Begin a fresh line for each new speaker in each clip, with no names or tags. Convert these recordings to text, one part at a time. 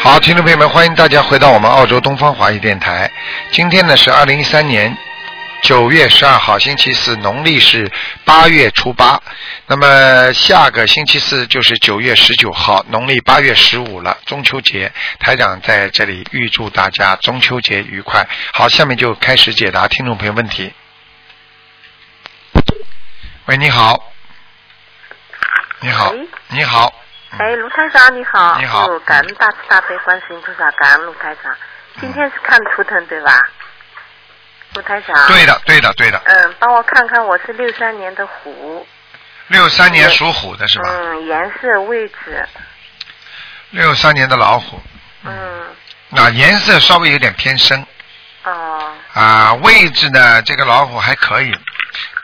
好，听众朋友们，欢迎大家回到我们澳洲东方华语电台。今天呢是二零一三年九月十二号，星期四，农历是八月初八。那么下个星期四就是九月十九号，农历八月十五了，中秋节。台长在这里预祝大家中秋节愉快。好，下面就开始解答听众朋友问题。喂，你好。你好
喂，
你好，
哎，卢台长你好，
你好
哦感恩大慈大悲观世音菩萨，感恩卢台长。
嗯
今天是看图腾对吧？卢台长。
对。的，对的，对的。
嗯，帮我看看我是六三年的虎，
六三年属虎的是吧？
嗯，颜色、位置，
六三年的老虎，
嗯，
那颜色稍微有点偏深
哦，
啊，位置呢，这个老虎还可以，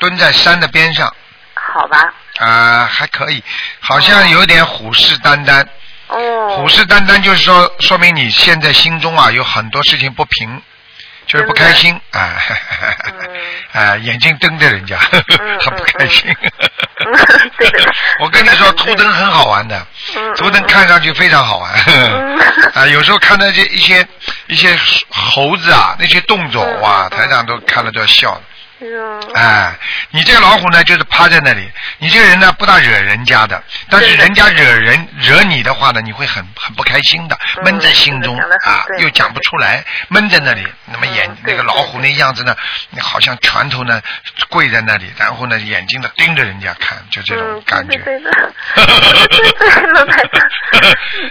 蹲在山的边上
好吧，
啊，还可以，好像有点虎视眈眈。
哦，
虎视眈眈就是说，说明你现在心中啊有很多事情不平，就是不开心啊，
嗯
啊，眼睛瞪着人家，很不开心。
嗯 对的
我跟你说，图腾很好玩的。
嗯，
图腾看上去非常好玩，啊，有时候看到这一些一些猴子啊，那些动作
嗯
哇，
嗯
台长都看了都要笑。
嗯，嗯，
哎，你这个老虎呢，就是趴在那里，你这个人呢不大惹人家的，但是
对的
人家惹人惹你的话呢，你会很很不开心的，
嗯
闷在心中
是的讲得很
啊，
对
又讲不出来，闷在那里。那么眼
嗯
那
对
个老虎那样子呢，好像拳头呢跪在那里，然后呢眼睛呢盯着人家看，就这种
嗯，
感觉。
对的，对的，对对，卢台长，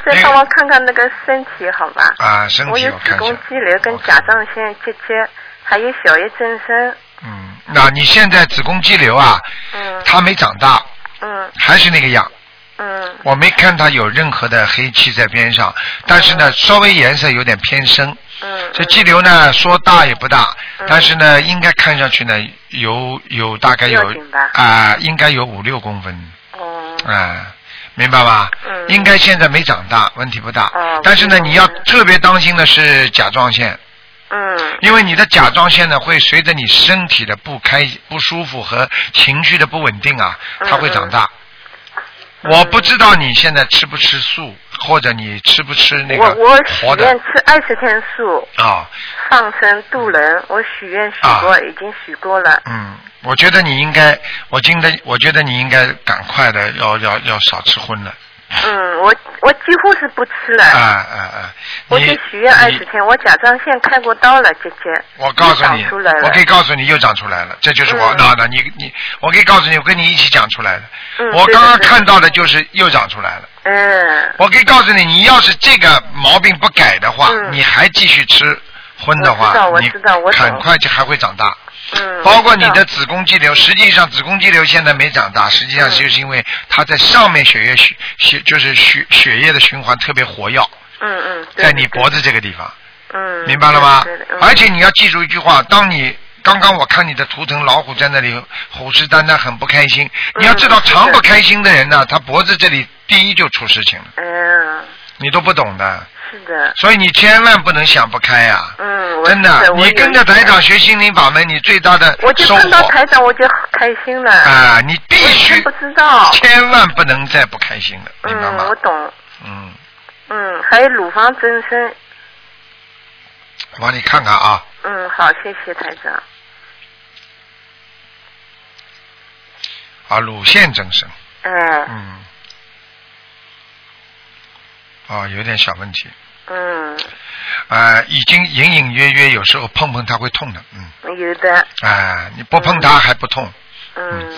你 再帮我看看那个身体好吧？
啊，身
我
体
有
我
子
看一
宫
下。
肌瘤跟
我看
甲状腺结节，还有小叶增生。
嗯，那你现在子宫肌瘤啊，
嗯
它没长大，
嗯
还是那个样，
嗯
我没看它有任何的黑气在边上，但是
哦
呢，稍微颜色有点偏深。
嗯。
这肌瘤呢，说大也不大，
嗯
但是呢，应该看上去呢，有有大概有
要紧吧
啊、应该有五六公分，
哦
啊、明白吧？
嗯
应该现在没长大，问题不大。
哦
但是呢，
不是
你要
不是
特别当心的是甲状腺。
嗯
因为你的甲状腺呢，会随着你身体的不开不舒服和情绪的不稳定啊，
嗯
它会长大。
嗯
我不知道你现在吃不吃素，或者你吃不吃那
我
个
我许
活的
愿吃二十天素，
啊、
放生渡人，我许愿许过，
嗯啊
已经许过了。
嗯，我觉得你应该，我今天我觉得你应该赶快的要要要少吃荤了，
嗯，我我几乎是不吃了，
啊啊啊！
哎我就
你
许愿二十
你
天。我甲状腺开过刀了，姐姐。
我告诉你
又长出来，了
我可以告诉你又长出来了，这就是我
嗯
那那、你你，我可以告诉你，我跟你一起讲出来的。
嗯
我
对
刚刚
对对
看到的就是又长出来了。
嗯，
我可以告诉你，你要是这个毛病不改的话，
嗯
你还继续吃荤的话，
我知道我
你
知道我懂
很快就还会长大。
嗯，
包括你
我知
的
道
子宫肌瘤，实际上子宫肌瘤现在没长大，实际上
嗯
就是因为它在上面血液血血就是血血液的循环特别活跃，
嗯嗯，对
在
的
你脖，子这个地方，
对的嗯，
明白了吗
对的对的？嗯
而且你要记住一句话，当你。刚刚我看你的图腾，老虎在那里虎视眈眈，很不开心。你要知道，
嗯是
常不
的
开心的人呢，他脖子这里第一就出事情了，
嗯，
你都不懂的。
是的，
所以你千万不能想不开呀、
嗯，我
真
是
的，
我
你
有
跟着
一点
台长学心灵法门，你最大的
我就
收
看到
获
台长，我就开心了。
啊！你必
我以前
须
不知道。
千万不能再不开心了，明白
嗯，
吗
我？懂。
嗯，
嗯，还有乳房增生。
我帮你看看啊，
嗯，好，谢谢台长。
啊，乳腺增生，
哎，
嗯，啊，有点小问题，
嗯，
啊，已经隐隐约约，有时候碰碰它会痛的，嗯，
有的，
啊，你不碰它还不痛，
嗯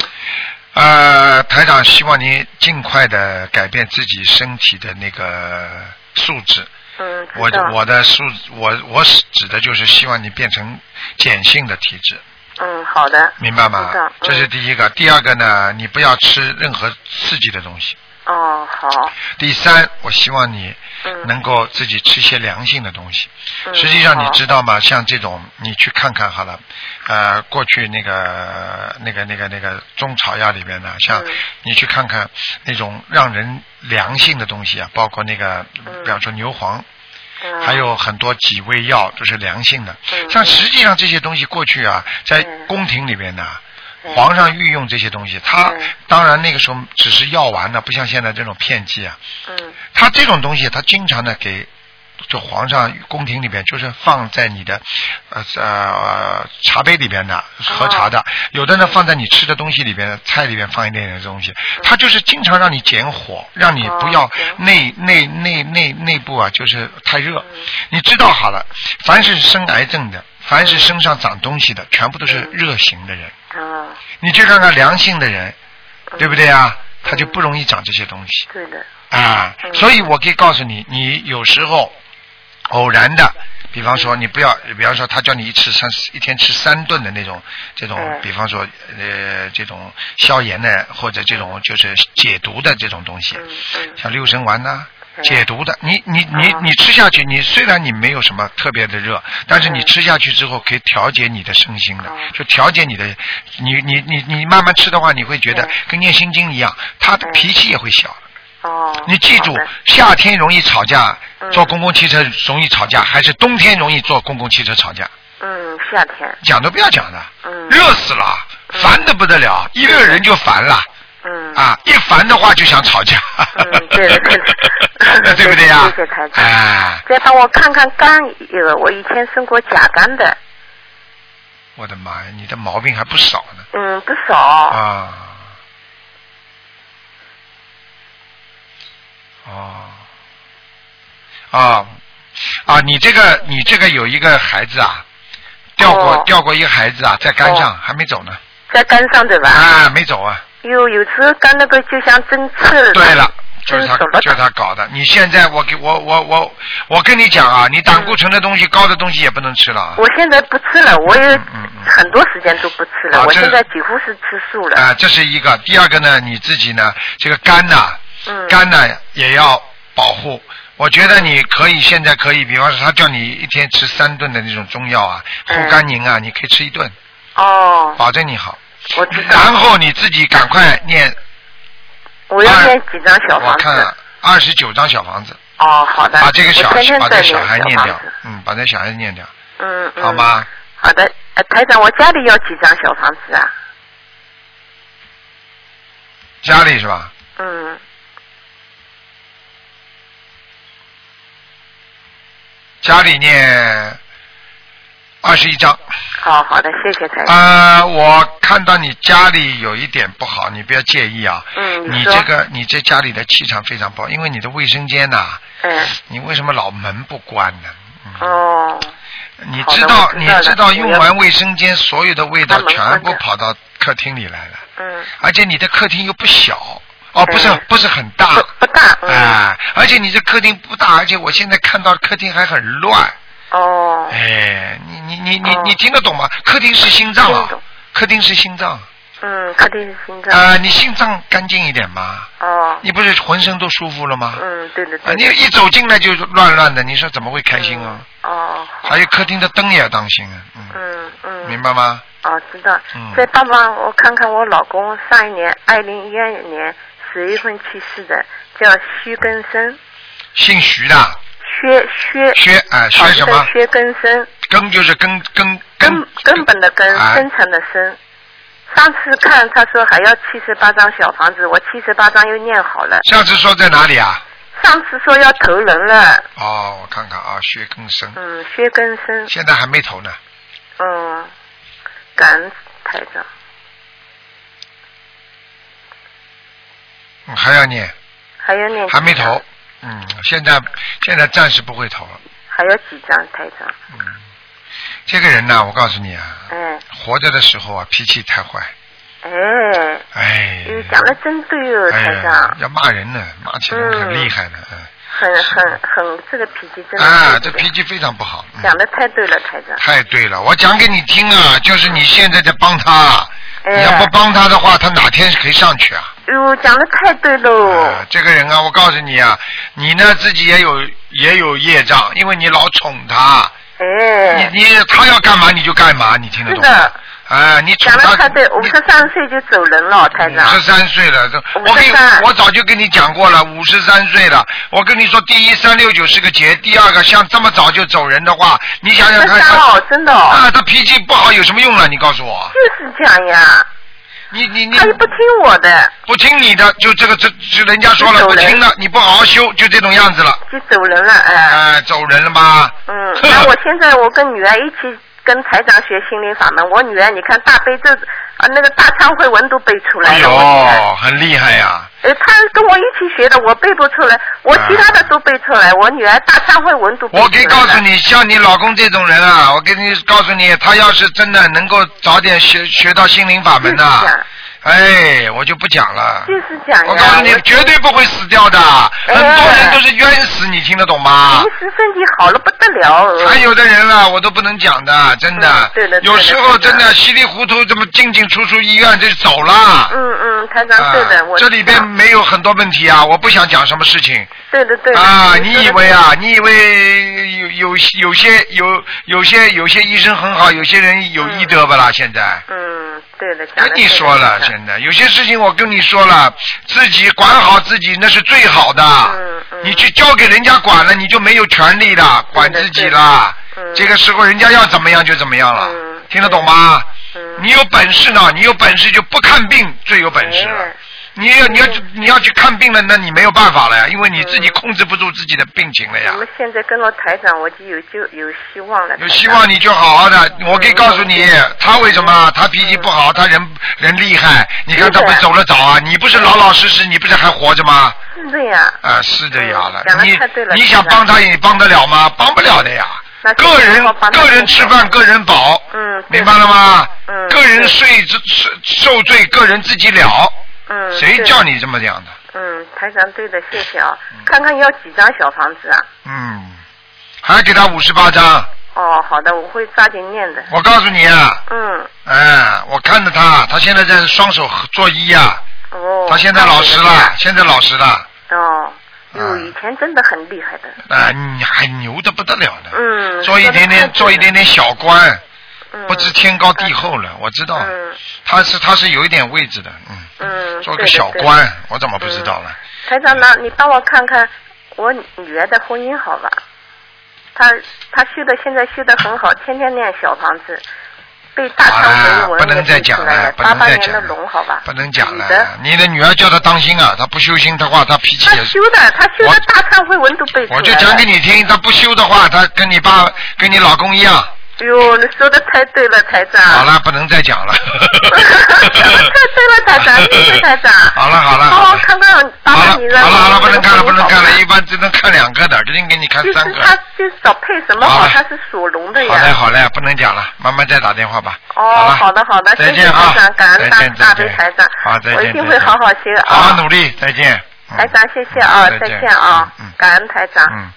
呃，台长希望你尽快的改变自己身体的那个素质。
嗯，
我
知道。
我的素，我我指的就是希望你变成碱性的体质，
嗯，好的。
明白吗
知道？嗯
这是第一个。第二个呢，你不要吃任何刺激的东西。
哦，好。
第三，我希望你
嗯。
能够自己吃些良性的东西。
嗯
实际上你知
好
道吗？像这种，你去看看好了。呃，过去那个、那个、那个、那个中草药里边呢，像
嗯
你去看看那种让人良性的东西啊，包括那个，
嗯
比方说牛黄，
嗯
还有很多几味药都是良性的。
嗯
像实际上这些东西过去啊，在
嗯
宫廷里边呢。
嗯
皇上御用这些东西，他
嗯
当然那个时候只是药丸呢，不像现在这种片剂啊。
嗯
他这种东西，他经常呢给就皇上宫廷里边就是放在你的呃呃茶杯里边的喝茶
哦
的，有的呢放在你吃的东西里边的菜里边放一点点东西，它就是经常让你减火，让你不要
嗯哦减
内内内内内部啊就是太热。
嗯
你知道好了，凡是生癌症的，凡是身上长东西的，全部都是热型的人。
嗯，
你去看看良性的人，
嗯
对不？对啊？他就不容易长这些东西。
对的，
啊，
嗯
所以我可以告诉你，你有时候偶然的，比方说你不要，比方说他叫你一吃三一天吃三顿的那种，这种，
嗯
比方说呃这种消炎的或者这种就是解毒的这种东西，
嗯嗯
像六神丸呐、
嗯
解毒的，你你你
哦
你吃下去，你虽然你没有什么特别的热，但是你
嗯
吃下去之后可以调节你的身心的
哦，
就调节你的，你你你你慢慢吃的话，你会觉得
嗯
跟念心经一样，他的
嗯
脾气也会小。
哦，
你记
好
住
的，
夏天容易吵架，
嗯
坐公共汽车容易吵架，还是冬天容易坐公共汽车吵架？
嗯，夏天，
讲都不要讲的，
嗯
热死了，
嗯
烦的不得了，一个人就烦了
嗯，
啊！一烦的话就想吵架，
嗯对的对的
对不对呀
谢谢台？长
哎，
再帮我看看肝，有我以前生过甲肝的，
我的妈呀，你的毛病还不少呢
嗯，不少，
啊！哦，啊啊！你这个你这个有一个孩子啊，掉过、
哦
掉过一个孩子啊，在肝上、
哦
还没走呢，
在肝上对吧？
啊，没走啊。
有有次肝那个就像针刺了，
对了，就是他
嗯这是怎么的
就是他搞的。你现在我给我我我我跟你讲啊，你胆固醇的东西、高的东西也不能吃了啊。
嗯我现在不吃了，我有
嗯嗯嗯
很多时间都不吃了，
啊
我
这
现在几乎是吃素了。
啊，这是一个。第二个呢，你自己呢，这个肝呐、
嗯，
肝呢也要保护。我觉得你可以现在可以，比方说他叫你一天吃三顿的那种中药啊，护
嗯
肝宁啊，你可以吃一顿，
哦，
保证你好。
我知道，
然后你自己赶快念，
我要念几张小
我
房子。
看了二十九张小房子，
哦，好的。
把这个小
我天天
把这
在
个小孩念
房
掉
子，
嗯，把这小孩念掉，
嗯嗯。
好？吗？
好的，呃，台长，我家里要几张小房子啊？
家里是吧？
嗯，
家里念二十一张。
好好的，谢谢台长。
啊，我看到你家里有一点不好，你不要介意啊。
嗯，
你
说，
这个你这家里的气场非常不好，因为你的卫生间呐、
嗯，
你为什么老门不关呢？嗯，
哦，
你
好的
知道
我知
你
道了
知道
我
用
要
完卫生间所有的味道
把门
全部
关掉
跑到客厅里来了，
嗯，
而且你的客厅又不小，哦，不是
嗯
不是很大
不，不大， 嗯，
哎，而且你这客厅不大，而且我现在看到客厅还很乱，
哦，
哎，你你你你
哦
你听得懂吗？客厅是心脏
听
啊
懂，
客厅是心脏，
嗯，肯定是心脏，
啊，你心脏干净一点嘛，
哦，
你不是浑身都舒服了吗？
嗯，对的，
啊，
对
你
的。
一走进来就乱乱的，你说怎么会开心啊？
嗯？哦，好
还有客厅的灯也要当心啊，嗯，
嗯嗯，
明白吗？
哦，知道。
嗯
再帮帮我看看我老公上一年，二零一二年十月份去世的，叫薛根生，
姓徐的，
薛薛
薛啊，薛
草字
什
头
么？
薛根生，
根就是根根
根根本的根，
哎
生产的生。上次看他说还要七十八张小房子，我七十八张又念好了。
上次说在哪里啊？
上次说要投人了，
哦，我看看啊，薛更生，
嗯，薛根生，
现在还没投呢。
嗯，感恩台长，
嗯，还要念，
还要念几
还没
张
投，嗯，现在现在暂时不会投了，
还有几张台长？
嗯，这个人呢，我告诉你啊，
哎
活着的时候啊，脾气太坏，
哎，
哎，
你讲的真对哦，
哎
台
呀
长，，
要骂人呢，骂起来很
嗯
厉害的，嗯，
很很很，这个脾气真的
啊，
对
这
的
脾气非常不好，嗯
讲的太对了，台长。
太对了，我讲给你听啊，就是你现在在帮他，
哎
你要不帮他的话，他哪天是可以上去啊？
哟，讲的太对
啊
喽，，
这个人啊，我告诉你啊，你呢自己也有也有业障，因为你老宠他，
哎，
你你他要干嘛你就干嘛，你听得
是
懂吗？
的，
啊，你宠
讲的
他，
太对，五十三岁就走人了，台长。
十三岁了，这
53
我跟你我早就跟你讲过了，五十三岁了。我跟你说，第一三六九是个劫，第二个像这么早就走人的话，你想想
十
看，
三
他
哦，真的哦，
啊，他脾气不好有什么用了？你告诉我，
就是这样呀。
你你你
他又不听我的，
不听你的，就这个这就人家说了
走
不
人
听的，你不好好修，就这种样子了，
就走人了，哎、
哎、走人了吧？
嗯， 那我现在我跟女儿一起跟台长学心灵法门，我女儿你看大悲咒啊那个大忏悔文都背出来
哎
了，我女儿
呦，很厉害呀、
呃，她跟我一起学的，我背不出来，我其他的都背出来，我女儿大忏悔文都背出来
我可以告诉
你，
你，像你老公这种人啊，我跟你告诉你，他要是真的能够早点学学到心灵法门
嗯就是这啊
呐、
样，
哎，我就不讲了。
就是啊哎这样呀。
我告诉你，绝对不会死掉的，很多人都是冤死，你听得懂吗？
平时身体好了不得了，呃
还有的人啊，我都不能讲的，真的。
嗯对的对的
有时候真
对
的稀里糊涂，这么进进出出医院就走了。
嗯嗯，台长
啊
对的，我
这里边没有很多问题啊，我不想讲什么事情
对的对的
啊。你
说
以
得
为
对
啊？你以为有有有些有有些有些医生很好，有些人有医德不啦？现在
嗯，对的，讲
跟
得
你
对的
说了，
台长
现在有些事情我跟你说了，自己管好自己那是最好的。
嗯嗯
你去交给人家管了，你就没有权利了，管自己了。
对的对的嗯
这个时候人家要怎么样就怎么样了，
嗯
听得懂吗？
嗯
你有本事呢，你有本事就不看病最有本事啊了。
哎
你要你要你要去看病了，那你没有办法了呀，因为你自
嗯
己控制不住自己的病情了呀
我。们现在跟了台长，我就有就有希望了。
有希望你就好好的，
嗯
我可以告诉你，他为什么他脾气不好，他人人厉害，你看他不是走了早啊，你不是老老实实，你不是还活着吗？
台长。是的呀，
啊，是的呀了
嗯讲，得
你
太对了
你想帮他也帮得了吗？帮不了的呀
那。就
个人
好好帮他
个人吃饭个人饱，
嗯对
明白了吗？
嗯
个人
对
睡受受罪个人自己了，
嗯。
谁
对
叫？你嗯这么讲的？
嗯，台长对的，谢谢啊。看看要几张小房子啊？
嗯，还给他五十八张。
哦，好的，我会抓紧念的。
我告诉你啊，
嗯，
哎，我看着他，他现在在双手合作揖啊，
哦。
他现在老实了，现在老实了，
哦，哟，
嗯
以前真的很厉害的。
啊，你还牛的不得了呢，
嗯。
做一点点做一点
点，
点小官，
嗯
不知天高地厚了，我知道，
嗯
他是他是有一点位置的，嗯，
嗯。
做个
对的
小。
对嗯的
官，我怎么不知道呢？
台长呢？你帮我看看我女儿的婚姻好吧？她她修的现在修的 很好，天天念小房子，被大忏悔
啊不
文也
能再
背
讲
出来
了
了。，
不
八
能
八
再
年
讲
的
了，
龙好吧？嗯
不能讲
女的
了。你的女儿叫她当心啊，她不修心的话，她脾气
她
也是
修的，她修
我
的大忏悔文都背出来
我
了。
就讲给你听，她不修的话，她跟你爸跟你老公一样。
哎呦，你说的太对了，台长。
好。了，不能再讲了。
太对了，台长，谢谢台长。
好了好了
帮
好
我
了
看看八
好了
八年的
好了好了，不能看了
龙
不能看
好吧
了，一般只能看两个的，今天给你看
就是
三个。
她就是找配什么
好
好，
了
她是属龙的呀。
好嘞好嘞，不能讲了，慢慢再打电话吧。
哦，
好
好
了
的好的，
再
谢谢
见啊
台长，感，恩
再
大
见
大
再
悲
见
台长，
好再见，
我一
再
定会
见
好好修
好好
啊，
努力，再见。嗯
台长谢谢啊，
再
再
见
见啊
嗯嗯，
感恩台长。
嗯，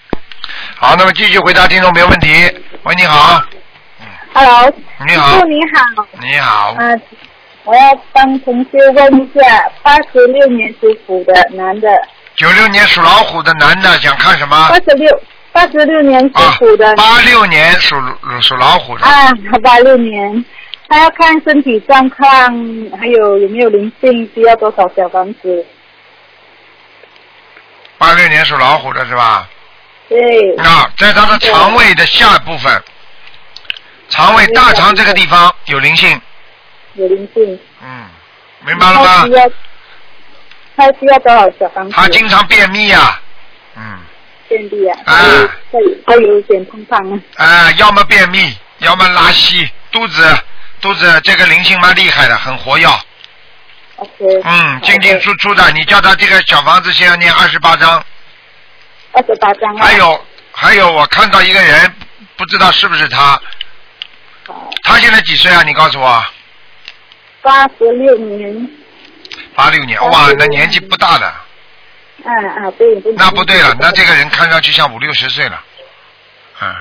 好，那么继续回答听众没有问题。喂，你好，
Hello，
你好
师傅你好，
你好，
嗯
啊，我要帮同学问一下，八十六年属虎的男的，
九六年属老虎的男的想看什么？
八十六，八十六年属
啊
虎的，，
八六年属属老虎的。
啊，八六年，他要看身体状况，还有有没有灵性，需要多少小房子？
八六年属老虎的是吧？
对，
啊，在他的肠胃的下部分，肠胃大肠这个地方有灵性，
有灵性，
嗯，明白了
他需
吗？
要，他需要多少小房子？
他经常便秘啊，嗯，
遍地啊，
啊
他有他有点胖胖啊，
啊，要么便秘，要么拉稀，肚子肚子这个灵性蛮厉害的，很活跃，
，OK，
嗯，进进出出的。你叫他这个小房子先要念二十八章，
二十八张啊，
还有还有，我看到一个人，不知道是不是他，
好。
他现在几岁啊？你告诉我。
八十六年，
八六年，
86
哇，
年
那年纪不大的，
啊啊，对，不能
那不对了，那这个人看上去像五六十岁了，嗯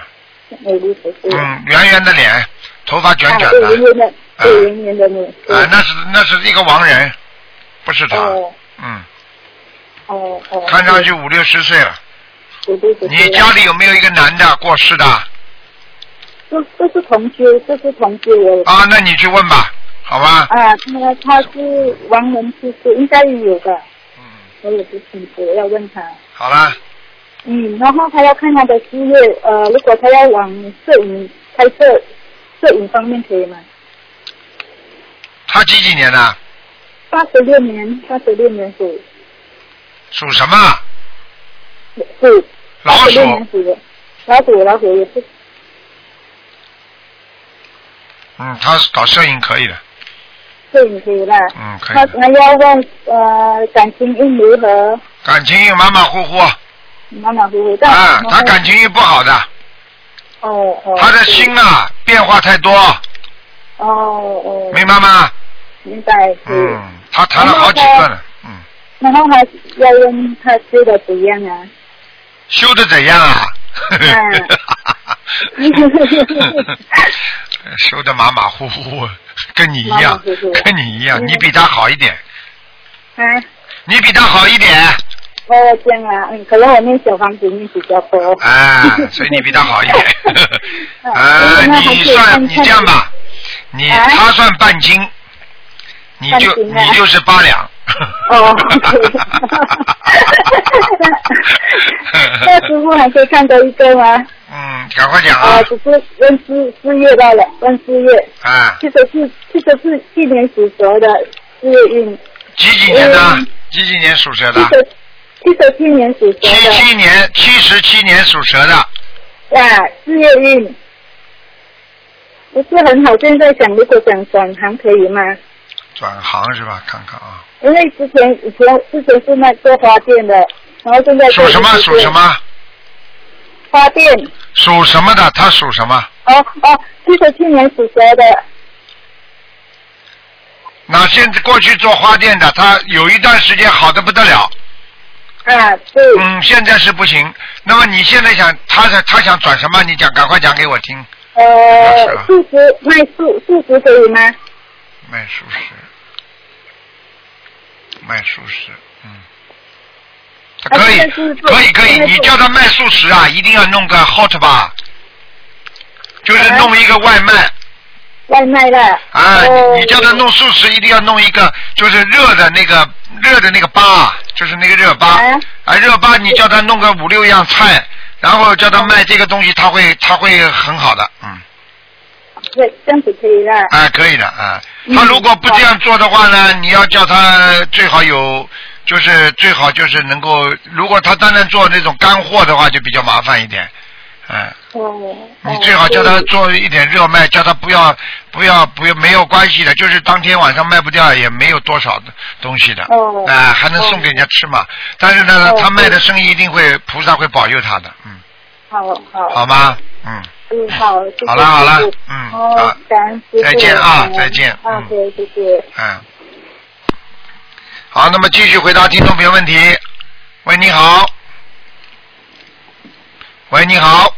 美丽不是，
嗯，圆圆的脸，头发卷
啊，
卷
对
的，
圆圆的，
啊
对圆圆的脸，对
啊，那是那是一个亡人，不是他，
哦
嗯，
哦哦，
看上去五六十岁了。
对对对对
你家里有没有一个男的过世的？啊
这这是同修，这是同修，我
啊，那你去问吧，好吧？
啊，那个他是王文叔叔，应该有的，
嗯，
我也不清楚，要问他。
好了，
嗯，然后他要看他的事业，呃，如果他要往摄影拍摄，摄影方面可以吗？
他几几年的？
八十六年，八十六年属
属什么？
属
老
八十
鼠
六年属的，老虎老虎也是
嗯，他搞摄影可以的，
对，你可以啦。
嗯，可
他
以的。
他要问呃感情运如何，
感情运马马虎虎，
马马虎虎，但
啊
然，后
他感情运不好的，
哦哦，
他的
对
心啊变化太多，
哦哦，
明白吗？
明白是。
嗯，他谈了好几个了，嗯，
然后还要问他修的怎样啊？
修的怎样啊？
嗯
修的马马虎虎，啊跟你一
马
样
马虎虎，
跟你一样，
嗯
你比他好一点，
啊，
你比他好一点，
哦这样啊，嗯，可能我念小房子念比较多。。
啊，所以你比他好一点 啊，
嗯嗯那还
你
是
算
看
你这样吧，你
啊
他算半斤，你就
半斤啊
你就是八两。
哦， 可以。那师傅还可以看到一个吗？
嗯，赶快讲
啊
啊，！
只是问四四月到了，问四月，
啊，
这个是这个是去年属蛇的四月运，
几几年的
嗯？
几几年属蛇
这
的？
个这个去年属蛇
七
的
七年，七十七年属蛇的。
啊，四月运不是很好。现在想，如果想转行可以吗？
转行是吧？看看啊，
因为之前以前之前是卖做花店的，然后现在做
属什么
零食
属
店
什？么
花店
属什么的？他属什么？
哦哦，七十七年属蛇的
那现在过去做花店的，他有一段时间好的不得了，
啊，对，
嗯，现在是不行。那么你现在想，他想他想转什么？你讲，赶快讲给我听。那是
呃
吧，
素食卖素素食可以吗？
卖熟食，卖熟食，嗯，他可以
啊现在是做
可以可以
现，在是
你叫他卖素食啊，一定要弄个 hot 吧，就是
哎
弄一个外卖
外卖的
啊，
哦
你你叫他弄素食，一定要弄一个就是热的那个热的那个吧，就是那个热吧啊
啊，
热吧，你叫他弄个五六样菜，然后叫他卖这个东西，他会他会很好的，嗯。
对，这样子可以啦。
啊，可以的啊。
嗯
他如果不这样做的话呢，你要叫他最好有，就是最好就是能够，如果他单单做那种干货的话，就比较麻烦一点。嗯，
哦，
你
哦
最好叫他
对
做一点热卖，叫他不要不要不要没有关系的，就是当天晚上卖不掉也没有多少的东西的，啊、
哦
还能送给人家吃嘛。但是呢，
哦
他卖的生意一定会菩萨会保佑他的，嗯，
好好
好吗？嗯，
嗯好，谢谢
好了好了
师傅
嗯
哦
好，
感恩师傅
再见啊
感恩
再见
啊
嗯，
对，谢谢。
嗯，好，那么继续回答听众朋友问题。喂，你好。喂，你好。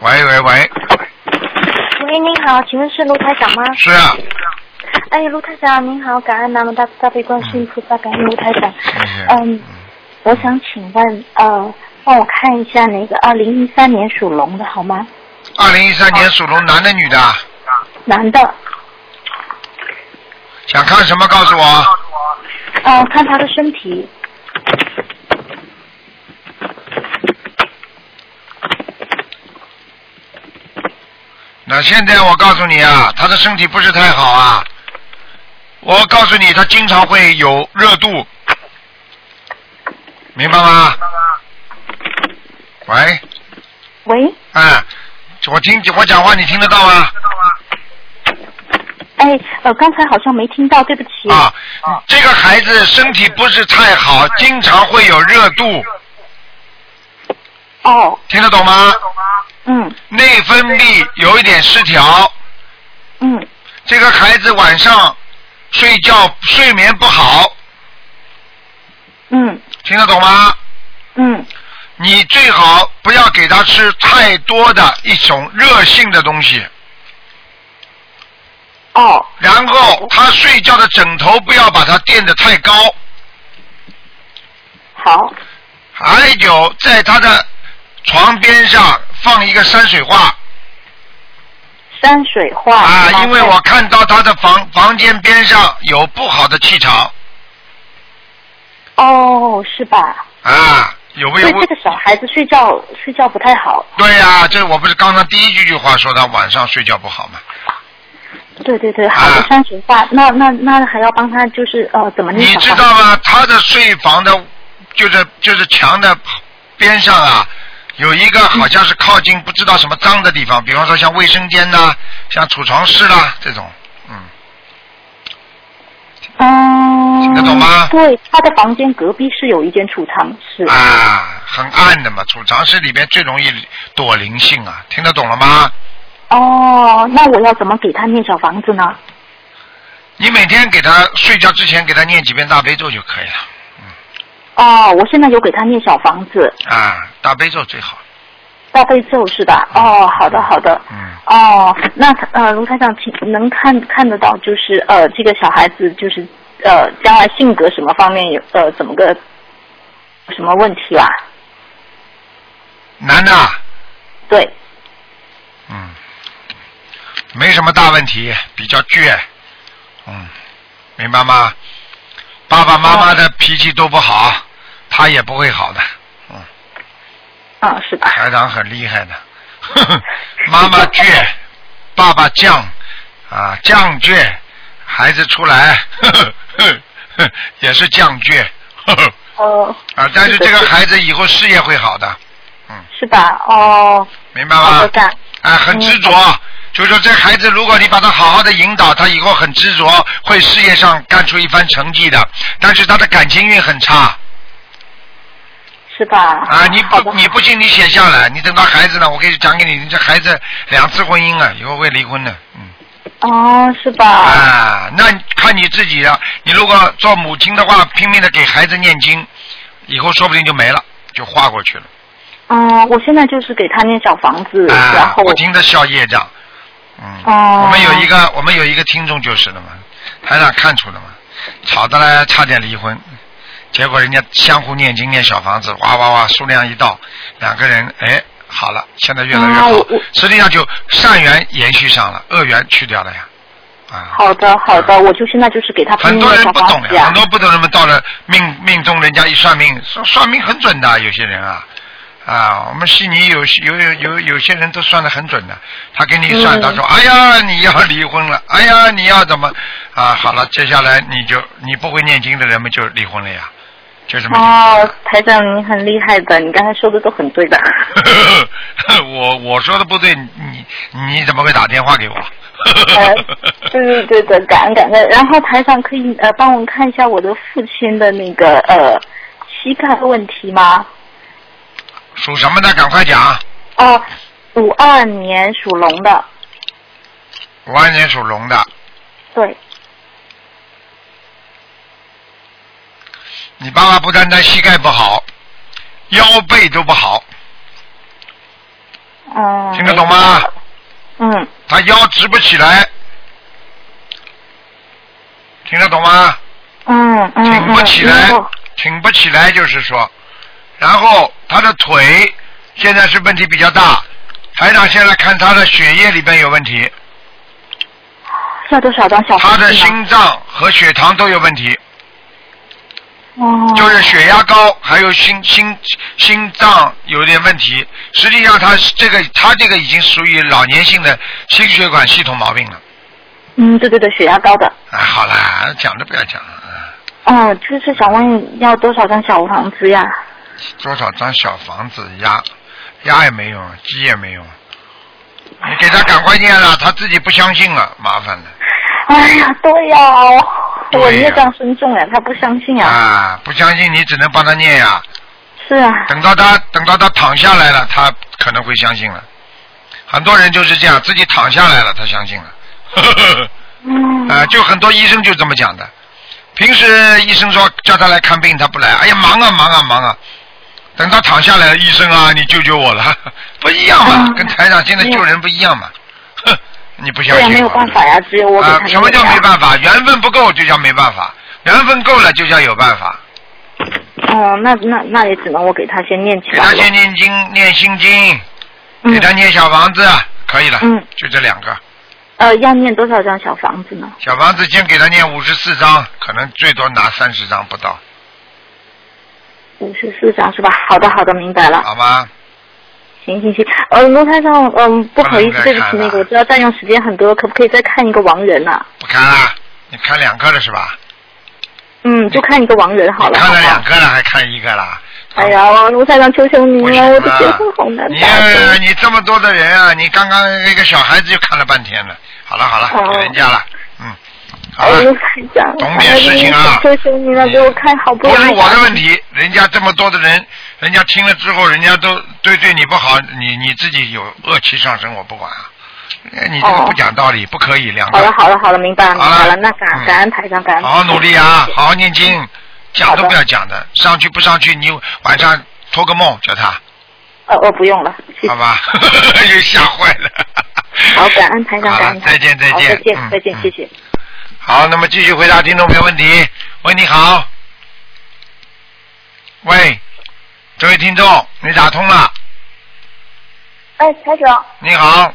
喂喂喂，
喂，您好，请问是卢台长吗？
是啊，
哎，卢台长您好，感恩南无大慈大悲观世音菩萨，感恩卢台长。
谢谢。
嗯，我想请问，
啊
呃，帮我看一下那个二零一三年属龙的好吗？
二零一三年属龙，男的女的啊？
男的，
想看什么？告诉我。
呃，看他的身体，
那现在我告诉你啊，他的身体不是太好啊。我告诉你，他经常会有热度，明白吗？喂。
喂，
哎，我听我讲话你听得到吗？
哎，呃，刚才好像没听到，对不起。
啊，这个孩子身体不是太好，经常会有热度，
哦，
听得懂吗？
嗯
内分泌有一点失调，
嗯，
这个孩子晚上睡觉睡眠不好，
嗯
听得懂吗？
嗯，
你最好不要给他吃太多的一种热性的东西，
哦
然后他睡觉的枕头不要把它垫得太高。
好，
还有在他的床边上放一个山水画
山水
哦
画
啊，
麻
因为
烦
我看到他的房房间边上有不好的气场
哦是吧？
啊，有没
因
有
为？这个小孩子睡觉睡觉不太好，
对呀、这我不是刚刚第一句句话说他晚上睡觉不好吗？
对对对，好的
啊
山水画，那那那还要帮他就是呃怎么念
你
小
知
房
道
子
吗？他的睡房的，就是就是墙的边上啊，有一个好像是靠近不知道什么脏的地方，比方说像卫生间呐、像储藏室啦、这种，嗯，
嗯，
听得懂吗
对，他的房间隔壁是有一间储藏室。
啊，很暗的嘛，储藏室里边最容易躲灵性啊，听得懂了吗？
哦，那我要怎么给他念小房子呢？
你每天给他睡觉之前给他念几遍大悲咒就可以了
哦，我现在有给他念小房子，
啊，大悲咒最好，
大悲咒是吧？哦，好的好的。
嗯，
哦，那呃，卢台长，请能看看得到，就是呃，这个小孩子就是呃，将来性格什么方面有呃，怎么个什么问题啦、
男的啊，
对，
嗯，没什么大问题，比较倔，嗯，明白吗？爸爸妈妈的脾气都不好，他也不会好的，嗯，
啊、是吧？
台长很厉害的， 呵呵妈妈倔，爸爸犟，啊，犟倔，孩子出来 呵呵呵呵也是犟倔， 呵呵
哦，
啊，但是这个
是的
孩子以后事业会好的，
是吧？哦，
明白
好
吗
的，？干。
啊，很执
嗯
着，就是说这孩子，如果你把他好好的引导，他以后很执着，会事业上干出一番成绩的。但是他的感情运很差
是吧？
啊！你
好的
不你不信，你写下来，你等到孩子呢，我可以讲给你，你这孩子两次婚姻啊，以后会离婚的，嗯
哦，是吧？
啊，那看你自己了。你如果做母亲的话，拼命的给孩子念经，以后说不定就没了，就化过去了。
嗯，我现在就是给他念小房子，然
啊，
后
不停的消业障。嗯，
哦
我们有一个我们有一个听众就是的嘛，台长看出了嘛，吵得来差点离婚，结果人家相互念经念小房子，哇哇哇数量一到，两个人哎好了，现在越来越
啊
好，
我我
实际上就善缘延续上了，恶缘去掉了呀，啊。
好的好的，我就现在就是给他拼
很
命
多人
念小
不懂
房子啊
呀，
呀
很。多不懂人们到了命命中，人家一算命，算算命很准的，有些人啊。啊，我们悉尼有有有有有些人都算的很准的，他给你算，
嗯
他说，哎呀，你要离婚了，哎呀，你要怎么啊？好了，接下来你就你不会念经的人们就离婚了呀，就这么简单。
哦，台长你很厉害的，你刚才说的都很对的。哦
我我说的不对，你你怎么会打电话给我？
呃，对对对的，感恩感恩。然后台长可以呃帮我看一下我的父亲的那个呃膝盖的问题吗？
属什么的？赶快讲。
哦，五二年属龙的，
五二年属龙的，
对，
你爸爸不单单膝盖不好，腰背都不好，
嗯。
听得懂吗？
嗯，
他腰直不起来，听得懂吗？
嗯嗯
挺
嗯，
不起来
嗯，
挺不起来就是说，然后他的腿现在是问题比较大，台长现在看他的血液里边有问题，
要多少张小
他
房子
的
呢？
心脏和血糖都有问题，
哦，
就是血压高，还有心心心脏有点问题。实际上他这个他这个已经属于老年性的心血管系统毛病了。
嗯，对对对，血压高的。
哎，好啦，讲都不要讲了。嗯
哦，就是想问要多少张小房子呀？
多少张小房子压压也没用，鸡也没用。你给他赶快念了，他自己不相信了，麻烦了
哎呀，对呀、
对呀
我孽障深重呀，他不相信呀。
啊！不相信你只能帮他念呀。
是啊，
等到他等到他躺下来了，他可能会相信了。很多人就是这样，自己躺下来了，他相信了。
嗯，
啊，就很多医生就这么讲的。平时医生说叫他来看病，他不来，哎呀忙啊忙啊忙啊。等他躺下来了，医生啊，你救救我了， 不一样嘛，
嗯
跟台长现在救人不一样嘛。 哼，你不相
对
信我？
呀，没有办法呀，只有我给
啊
他、，
什么叫没？办法？缘分不够就叫没办法，缘分够了就叫有办法。
哦，那那那也只能我给他先念起
给
来
他
了。
先念经，念心经，
嗯
给他念小房子，可以了。
嗯，
就这两个
呃，要念多少张小房子呢？
小房子，先给他念五十四章，可能最多拿三十章不到，
五十四张是吧？好的，好的，明白了。
好吗？
行行行，呃，卢台长，嗯，不好意思，
不能再
对不起，
看了
那个我知道占用时间很多，可不可以再看一个亡人啊？
不看了，你看两个了是吧？
嗯，就看一个亡人好
你
了。
看了
好不好
两个了，还看一个了？
哎呀，卢台长，求求您
为什
了，
么
我的结婚好难
啊你
打。
你这么多的人啊，你刚刚一个小孩子就看了半天了。好了好了，
哦
给人家了，嗯，好
哎，卢
了，
台长，
懂点事情啊
哎呀求求您了，给我看好不
不
容易。
是我的问题，人家这么多的人，人家听了之后，人家都对对你不好，你你自己有恶气上升，我不管啊。哎你这个
哦
不讲道理，不可以，两
好了
个。
好了好了，明白了明
好
白
了
了，那感
嗯
感恩台长，感恩。
好好努力啊，好好念经，讲都
好的
不要讲的，上去不上去，你晚上托个梦叫他，
呃，我不用了，谢谢
好。吧？ 又吓坏了。
好，感恩台长，
好了
感恩台
再
长。
见再
好
见
再见
嗯
再见
嗯，
谢谢。
好，那么继续回答听众朋友问题。喂，你好。喂，这位听众，你打通了。
哎，台长，
你好，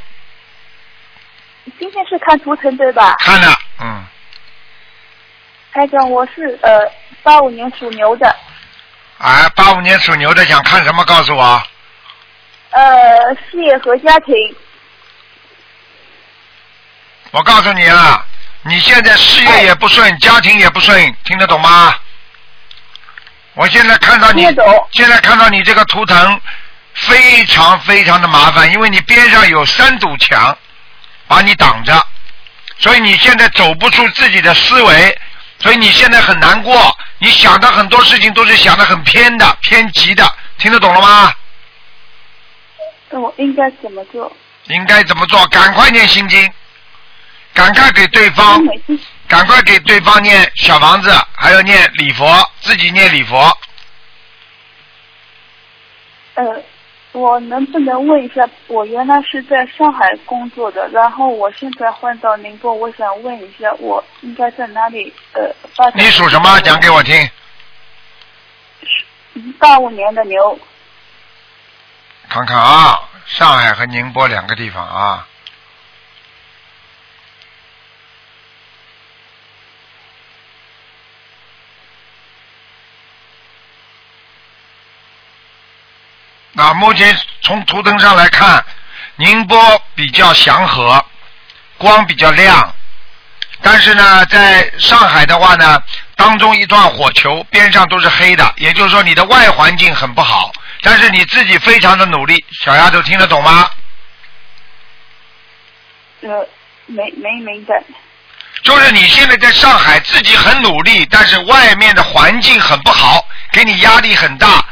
你今天是看图腾对吧？
看了，嗯，
台长，我是呃八五年属牛的，
哎，八五年属牛的想看什么？告诉我。
呃事业和家庭，
我告诉你啊，你现在事
哎
业也不顺，家庭也不顺，听得懂吗？我现在看到你
听得懂，
现在看到你这个图腾，非常非常的麻烦，因为你边上有三堵墙把你挡着，所以你现在走不出自己的思维，所以你现在很难过，你想的很多事情都是想的很偏的、偏激的，听得懂了吗？
那我应该怎么做？
应该怎么做？赶快念心经，赶快给对方
我每次
赶快给对方念小房子，还有念礼佛，自己念礼佛。
呃，我能不能问一下，我原来是在上海工作的，然后我现在换到宁波，我想问一下，我应该在哪里呃发展？
你属什么？讲给我听。
嗯八五年的牛，
看看啊，上海和宁波两个地方啊。那目前从图腾上来看，宁波比较祥和，光比较亮，但是呢，在上海的话呢，当中一段火球边上都是黑的，也就是说你的外环境很不好，但是你自己非常的努力。小丫头听得懂吗？
呃，没没明白。
就是你现在在上海自己很努力，但是外面的环境很不好，给你压力很大，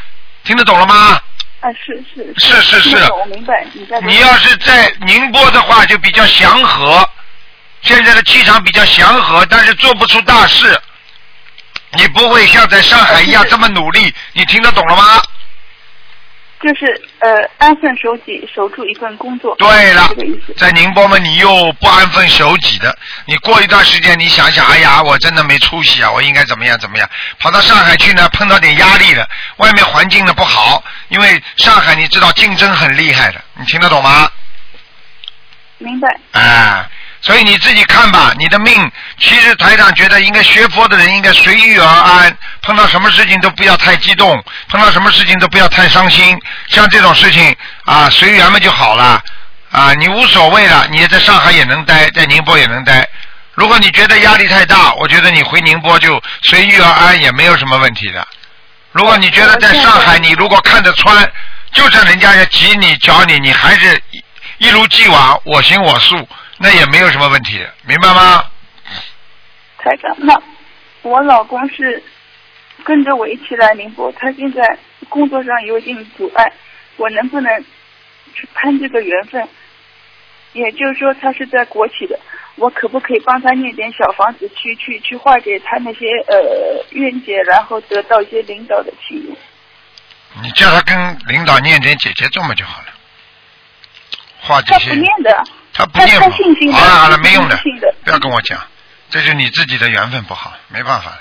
听得懂了吗？
啊，是是
是是是
听得懂我明白你在说
你要是在宁波的话，就比较祥和，现在的气场比较祥和，但是做不出大事。你不会像在上海一样这么努力，你听得懂了吗？
就是呃安分守己，守住一份工作。
对了
这个意思，。
在宁波嘛，你又不安分守己的，你过一段时间，你想想，哎呀，我真的没出息啊，我应该怎么样怎么样？跑到上海去呢，碰到点压力了，外面环境呢不好，因为上海你知道竞争很厉害的，你听得懂吗？
明白，
哎，所以你自己看吧，你的命，其实台长觉得应该学佛的人应该随遇而安，碰到什么事情都不要太激动，碰到什么事情都不要太伤心，像这种事情啊，随缘嘛就好了，啊，你无所谓了，你在上海也能待，在宁波也能待。如果你觉得压力太大，我觉得你回宁波就随遇而安，也没有什么问题的。如果你觉得在上海，你如果看得穿，就算人家要挤你、搅你，你还是一一如既往，我行我素，那也没有什么问题的，明白吗？
台长。那我老公是跟着我一起来宁波，他现在工作上有一定阻碍，我能不能去攀这个缘分？也就是说，他是在国企的，我可不可以帮他念点小房子去，去去化解他那些呃冤结，然后得到一些领导的启用？
你叫他跟领导念点姐姐咒嘛就好了，化解
他
些
不。念的，
他不
他
念
他
嘛
信心的
好了好了，
他
没用的
信心的，
不要跟我讲，这是你自己的缘分不好，没办法的。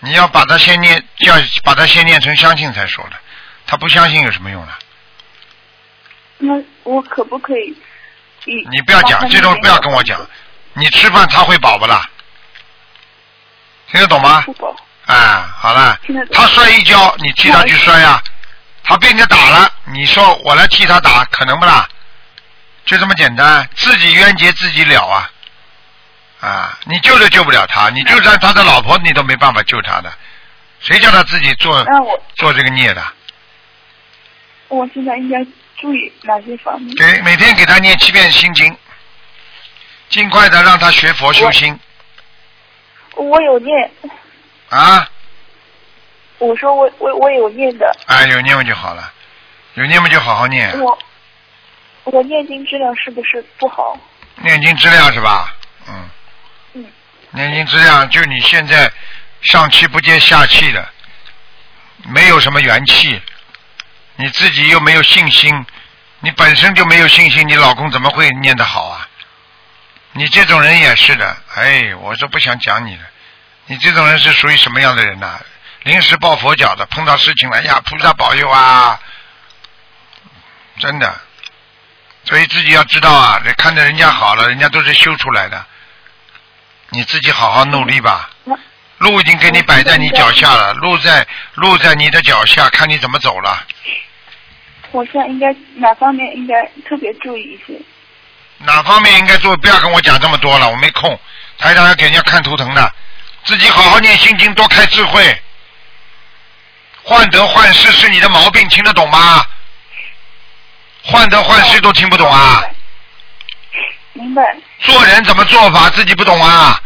你要把他先念，要把他先念成相信才说的，他不相信有什么用呢？
那我可不可以以？
你不要讲这种，不要跟我讲。你吃饭他会饱不啦？听得懂吗
不？保
啊，好了
嗯听得，懂
他摔一跤，你替他去摔啊。他被人家打了，你说我来替他打，可能不啦？就这么简单，自己冤结自己了啊！啊，你救都救不了他，你就算他的老婆，你都没办法救他的，谁叫他自己做
那我
做这个孽的？
我现在应该注意哪些方面？
给每天给他念七遍心经，尽快的让他学佛修心
我有念，
啊！
我说我我我有念的，
哎，有念嘛就好了，有念嘛就好好念，啊
我我念经质量是不是不好？
念经质量是吧？嗯。
嗯。
念经质量就你现在上气不接下气的，没有什么元气，你自己又没有信心，你本身就没有信心，你老公怎么会念得好啊？你这种人也是的，哎，我说不想讲你了。你这种人是属于什么样的人呐、临时抱佛脚的，碰到事情了，哎呀，菩萨保佑啊！真的，所以自己要知道啊，得看着人家好了，人家都是修出来的，你自己好好努力吧。路已经给你摆在你脚下了，路在路在你的脚下，看你怎么走了。
我现在应该哪方面应该特别注意一些？
哪方面应该做，不要跟我讲这么多了，我没空。台长要给人家看图腾的，自己好好念心经，多开智慧。患得患失是你的毛病，听得懂吗？患得患失都听不懂啊！
明白，
做人怎么做法自己不懂啊？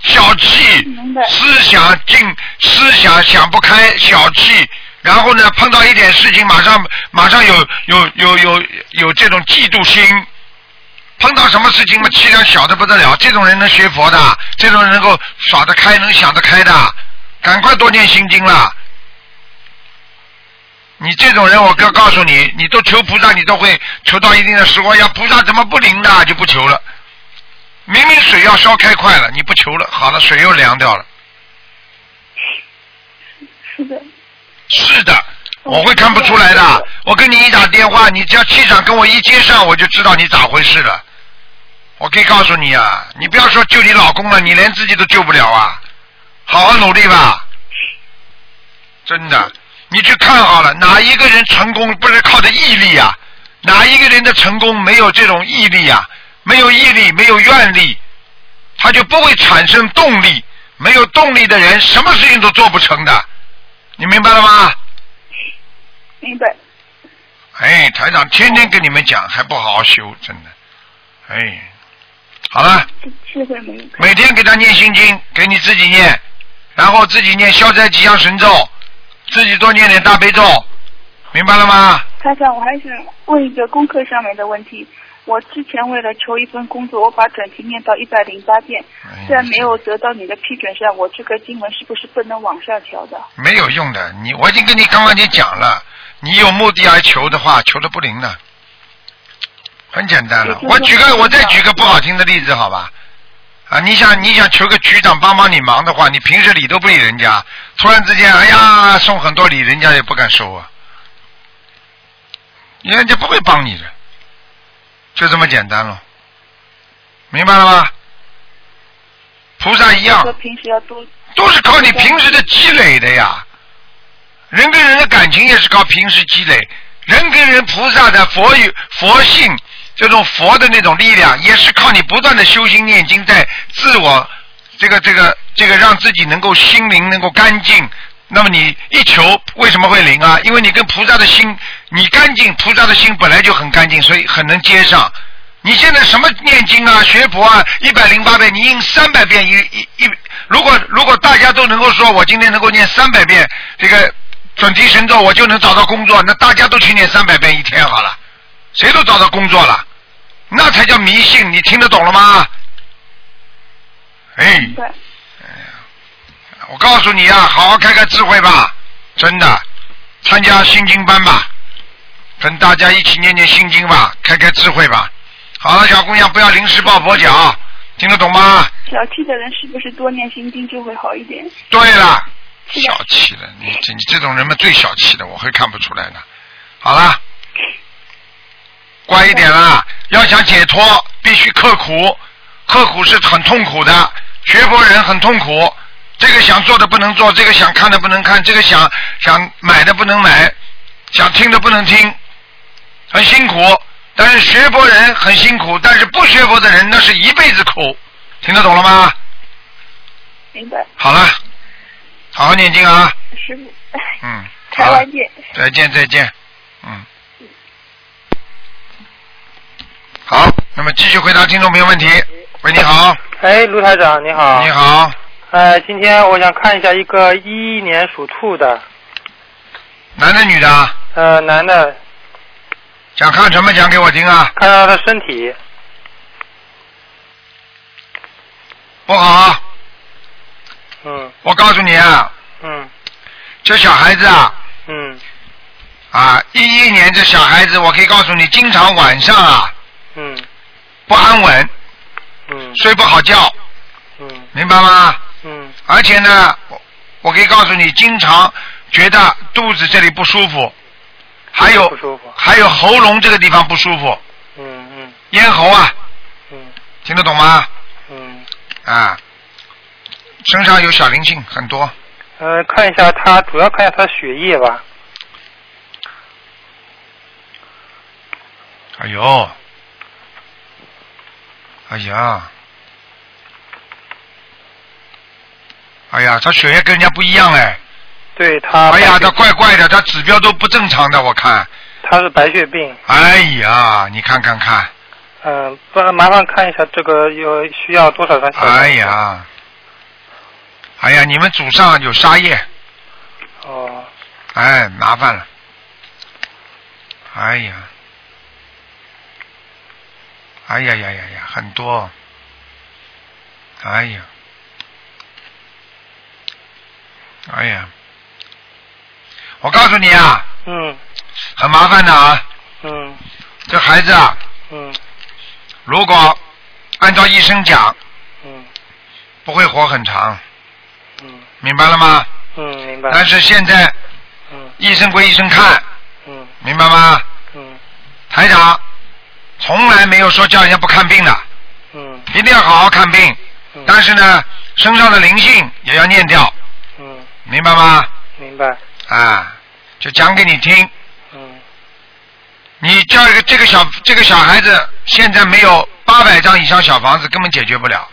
小气
明白，
思想进思想想不开，小气。然后呢，碰到一点事情，马上马上有有有有有这种嫉妒心。碰到什么事情嘛，气量小的不得了。这种人能学佛的，这种人能够耍得开，能想得开的，赶快多念心经啦。你这种人，我哥告诉你，你都求菩萨，你都会求到一定的时候，呀，菩萨怎么不灵的就不求了。明明水要烧开快了，你不求了，好了，水又凉掉了。
是的，
是的，我会看不出来的。我跟你一打电话，你只要气场跟我一接上，我就知道你咋回事了。我可以告诉你啊，你不要说救你老公了，你连自己都救不了啊！好好努力吧，真的。你去看好了，哪一个人成功不是靠着毅力啊？哪一个人的成功没有这种毅力啊？没有毅力，没有愿力，他就不会产生动力。没有动力的人，什么事情都做不成的。你明白了吗？
明白，
哎，台长天天跟你们讲，还不好好修，真的。哎，好了，
这智慧没有。
每天给他念心经，给你自己念，然后自己念消灾吉祥神咒，自己多念点大悲咒，明白了吗？
台长，我还想问一个功课上面的问题。我之前为了求一份工作，我把准提念到一百零八遍，
哎
虽然啊没有得到你的批准下，我这个经文是不是不能往下调的？
没有用的，你我已经跟你刚刚已经讲了，你有目的而求的话，求的不灵的，很简单了
也。就是
我举个，
说
我再举个不好听的例子，好吧？啊，你想你想求个局长帮帮你忙的话，你平时理都不理人家，突然之间，哎呀，送很多礼，人家也不敢收啊，人家不会帮你的，就这么简单了，明白了吗？菩萨一样
说，平时要多
都是靠你平时的积累的呀。人跟人的感情也是靠平时积累，人跟人菩萨的佛与佛性这种佛的那种力量，也是靠你不断的修心念经，在自我这个这个这个让自己能够心灵能够干净。那么你一求为什么会灵啊？因为你跟菩萨的心，你干净，菩萨的心本来就很干净，所以很能接上。你现在什么念经啊、学佛啊，一百零八遍，你印三百遍一一一。如果如果大家都能够说我今天能够念三百遍这个准提神咒，我就能找到工作，那大家都去念三百遍一天好了，谁都找到工作了，那才叫迷信。你听得懂了吗？哎，
对，
我告诉你啊，好好开开智慧吧，真的，参加心经班吧，跟大家一起念念心经吧，开开智慧吧。好了，小姑娘，不要临时抱佛脚，听得懂吗？
小气的人是不是多念心经就会好一点？
对了，
是的
小气了，你这你这种人嘛最小气的，我会看不出来的。好了，乖一点啦，要想解脱，必须刻苦，刻苦是很痛苦的，学佛人很痛苦。这个想做的不能做，这个想看的不能看，这个想想买的不能买，想听的不能听，很辛苦。但是学佛人很辛苦，但是不学佛的人那是一辈子苦，听得懂了吗？
明白。
好了，好好念经啊，
师傅，
嗯，
台
好了
湾，见。
再见再见，嗯，好，那么继续回答听众朋友问题。喂，你好，
哎，卢台长，你好。
你。好，
呃，今天我想看一下一个一一年属兔的，
男的女的啊？
呃，男的，
想看什么讲给我听啊？
看到他身体
不好啊，
嗯
我告诉你啊，
嗯
这小孩子啊
嗯
啊，一一年这小孩子，我可以告诉你，经常晚上啊
嗯
不安稳，
嗯
睡不好觉，
嗯
明白吗？
嗯
而且呢，我我可以告诉你，经常觉得肚子这里不舒服，还有
不舒服
还有喉咙这个地方不舒服，
嗯
咽喉啊，
嗯
听得懂吗？
嗯
啊，身上有小灵性很多，
呃，看一下他，主要看一下他血液吧。
哎呦，哎呀，哎呀，他血液跟人家不一样哎，
啊对他，
哎呀，
白血
他怪怪的，他指标都不正常的，我看，
他是白血病，
哎呀，你看看看，
嗯、不，麻烦看一下这个有需要多少张小？
哎，呀，哎呀，你们祖上有杀业，
哦，
哎，麻烦了，哎呀，哎呀呀呀呀，很多，哎呀，哎呀，我告诉你啊，
嗯
很麻烦的啊，
嗯
这孩子啊，
嗯
如果按照医生讲，
嗯
不会活很长，
嗯
明白了吗？
嗯，明白。
但是现在
嗯
医生归医生看，
嗯
明白吗？
嗯
台长从来没有说叫人家不看病的，
嗯
一定要好好看病。
嗯，
但是呢，身上的灵性也要念掉，
嗯，
明白吗？
明白。
啊，就讲给你听。
嗯
你叫一个这个小这个小孩子，现在没有八百张以上小房子，根本解决不了。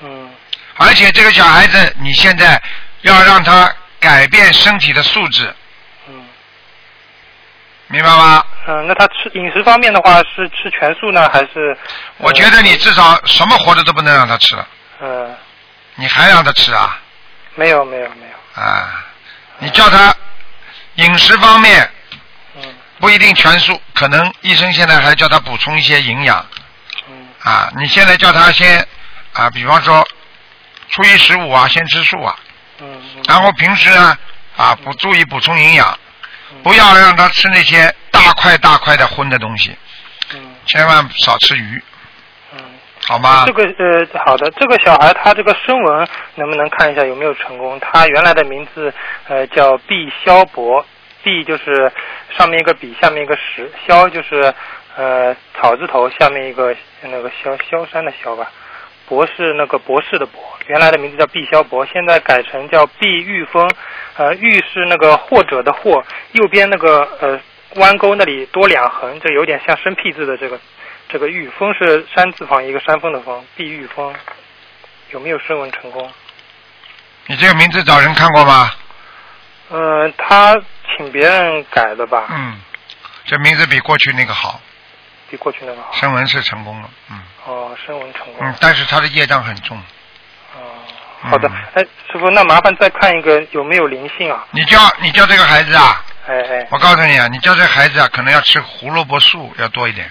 嗯
而且这个小孩子，你现在要让他改变身体的素质，
嗯
明白吗？
嗯，那他吃饮食方面的话，是吃全素呢，还是？
我觉得你至少什么活的都不能让他吃了，
呃，呃，
你还让他吃啊？
没有没有没有。
啊，你叫他饮食方面
嗯
不一定全素，可能医生现在还叫他补充一些营养
嗯
啊。你现在叫他先啊，比方说初一十五啊，先吃素啊，
嗯。嗯
然后平时呢啊，不注意补充营养，
嗯
不要让他吃那些大块大块的荤的东西，
嗯
千万少吃鱼，
嗯。
好吗
这？个呃，好的，这个小孩他这个声纹能不能看一下有没有成功？他原来的名字呃叫毕肖博，毕就是上面一个比，下面一个石，肖就是呃草字头下面一个那个萧萧山的萧吧，博是那个博士的博，原来的名字叫毕肖博，现在改成叫毕玉峰，呃玉是那个或者的或，右边那个呃弯钩那里多两横，这有点像生僻字的这个这个玉峰是山字旁一个山峰的峰，碧玉峰有没有声纹成功？
你这个名字找人看过吗？
嗯、他请别人改的吧，
嗯，这名字比过去那个好，
比过去那个好。
声纹是成功了，嗯
哦，声纹成功。
嗯，但是他的业障很重。
哦，好的
嗯。
哎，师傅，那麻烦再看一个有没有灵性啊？
你叫你叫这个孩子啊，
哎哎，
我告诉你啊，你叫这孩子啊，可能要吃胡萝卜素要多一点，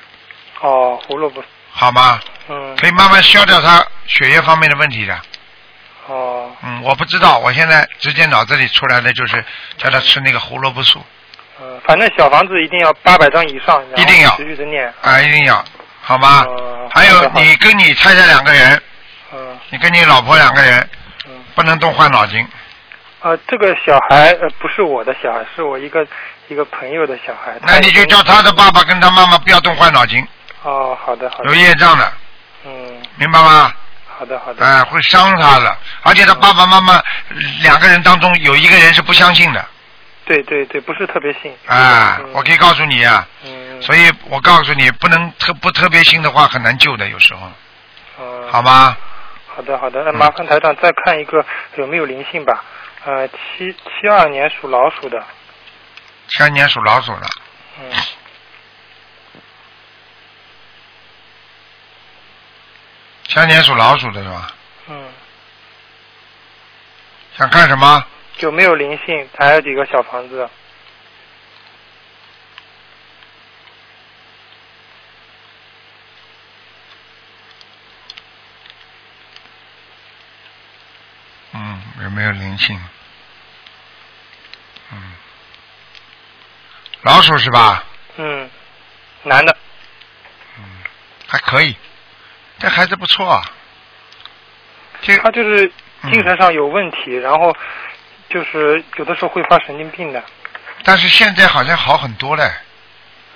哦，胡萝卜，
好吗？
嗯，
可以慢慢消掉他血液方面的问题的。
哦，
嗯，我不知道，我现在直接脑子里出来的就是叫他吃那个胡萝卜素，
嗯、反正小房子一定要八百张以上，然后
一定要
持续的念。
啊，一定要，好吗？
哦
还
好
有
的好的
你跟你太太两个人，
嗯
你跟你老婆两个人，
嗯。
不能动坏脑筋。
呃，这个小孩呃不是我的小孩，是我一个一个朋友的小孩。
那你就
已经
叫他的爸爸跟他妈妈不要动坏脑筋，
哦，好的好
有
的，
业障的，
嗯，
明白吗？
好的好的，
哎、会伤他的，而且他爸爸妈妈呃两个人当中有一个人是不相信的，
对对对，不是特别信。
啊
嗯，
我可以告诉你啊，
嗯，
所以我告诉你，不能特不特别信的话很难救的，有时候，
嗯
好吗？嗯
好的，好的，那麻烦台长再看一个有没有灵性吧。呃，七七二年属老鼠的，
三年属老鼠的，
嗯，
哎三年属老鼠的是吧？
嗯，
想看什么？
有没有灵性？还有几个小房子？
嗯，有没有灵性？嗯，老鼠是吧？
嗯，男的，
还可以，这孩子不错啊。这
他就是
嗯
精神上有问题，然后就是有的时候会发神经病的。
但是现在好像好很多嘞。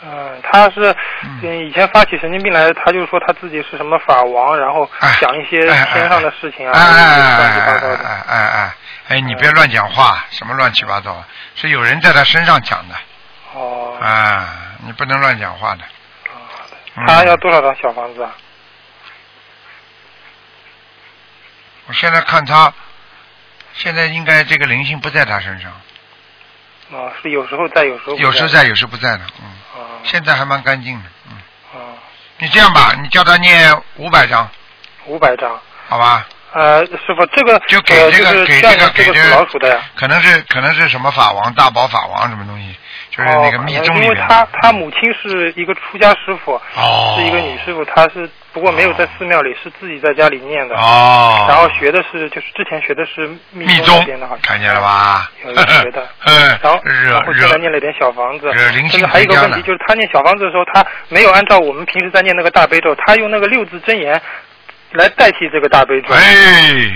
嗯，他是
嗯
嗯以前发起神经病来，他就说他自己是什么法王，然后
哎
讲一些
哎哎
天上的事情啊，
哎
乱七
哎
八
哎
糟的。
哎哎哎！哎，你别乱讲话，什么乱七八糟，是有人在他身上讲的
哦，
啊，你不能乱讲话的。嗯
他要多少张小房子啊？
我现在看他，现在应该这个灵性不在他身上，
啊，是有时候在，有时候不
有时候在，有时候不在的。嗯，
啊
现在还蛮干净的。嗯，
啊，
你这样吧，你叫他念五百张，
五百张。
好吧？
呃，师傅，这个
就给
呃
这个
就是
给
像
这个
你这
给
个
这
属
个
老鼠的呀。
可能是可能是什么法王、大宝法王什么东西，就是那个密宗
哦
里
因
面
为
的。
他他母亲是一个出家师傅，
哦
是一个女师傅，她是不过没有在寺庙里，是自己在家里念的。
哦，
然后学的是就是之前学的是密
密
宗
宗
那边的，好像
看见了？吧？。
有有学的
嗯，
然后，
惹
然后现在念
惹
了点小房子，
惹灵性
但是还有一个问
增加
题，
了
就是他念小房子的时候，他没有按照我们平时在念那个大悲咒，他用那个六字真言来代替这个大悲咒。
哎，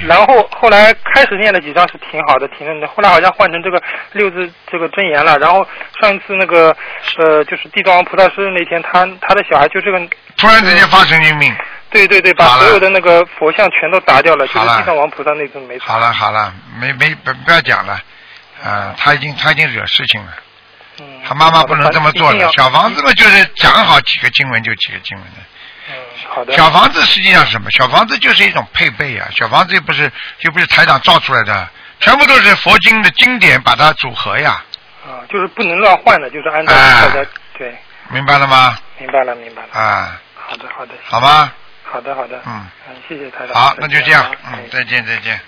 然后后来开始念了几张是挺好的，挺认真的。后来好像换成这个六字这个真言了。然后上一次那个呃，就是地藏王菩萨生日那天，他他的小孩就这个，
突然之间发神经病。
对对对，把
好了
所有的那个佛像全都砸掉了，就是
好了
地藏王菩萨那尊没
好
砸。
了好了，没没不不要讲了，啊，他已经他已经惹事情了，
嗯，
他妈妈不能这么做
一定要
了。小房子嘛，就是讲好几个经文就几个经文的。
嗯，好的。
小房子实际上是什么？小房子就是一种配备啊，小房子又不是又不是台长造出来的，全部都是佛经的经典把它组合呀，
啊，就是不能乱换的，就是按照
哎
大家、对，
明白了吗？
明白了，明白了。
啊，
好的，好的，
好吗？
好的，好的。
嗯，
谢谢台长。
好，那就这样
再见，啊
嗯，再见，再见。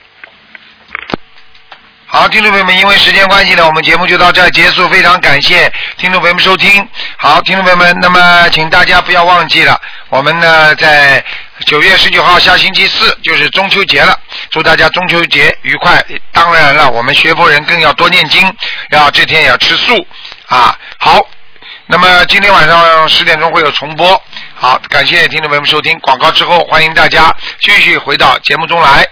好，听众朋友们，因为时间关系呢，我们节目就到这儿结束。非常感谢听众朋友们收听。好，听众朋友们，那么请大家不要忘记了，我们呢在九月十九号下星期四就是中秋节了，祝大家中秋节愉快。当然了，我们学佛人更要多念经，要这天也要吃素啊。好，那么今天晚上十点钟会有重播。好，感谢听众朋友们收听广告之后，欢迎大家继续回到节目中来。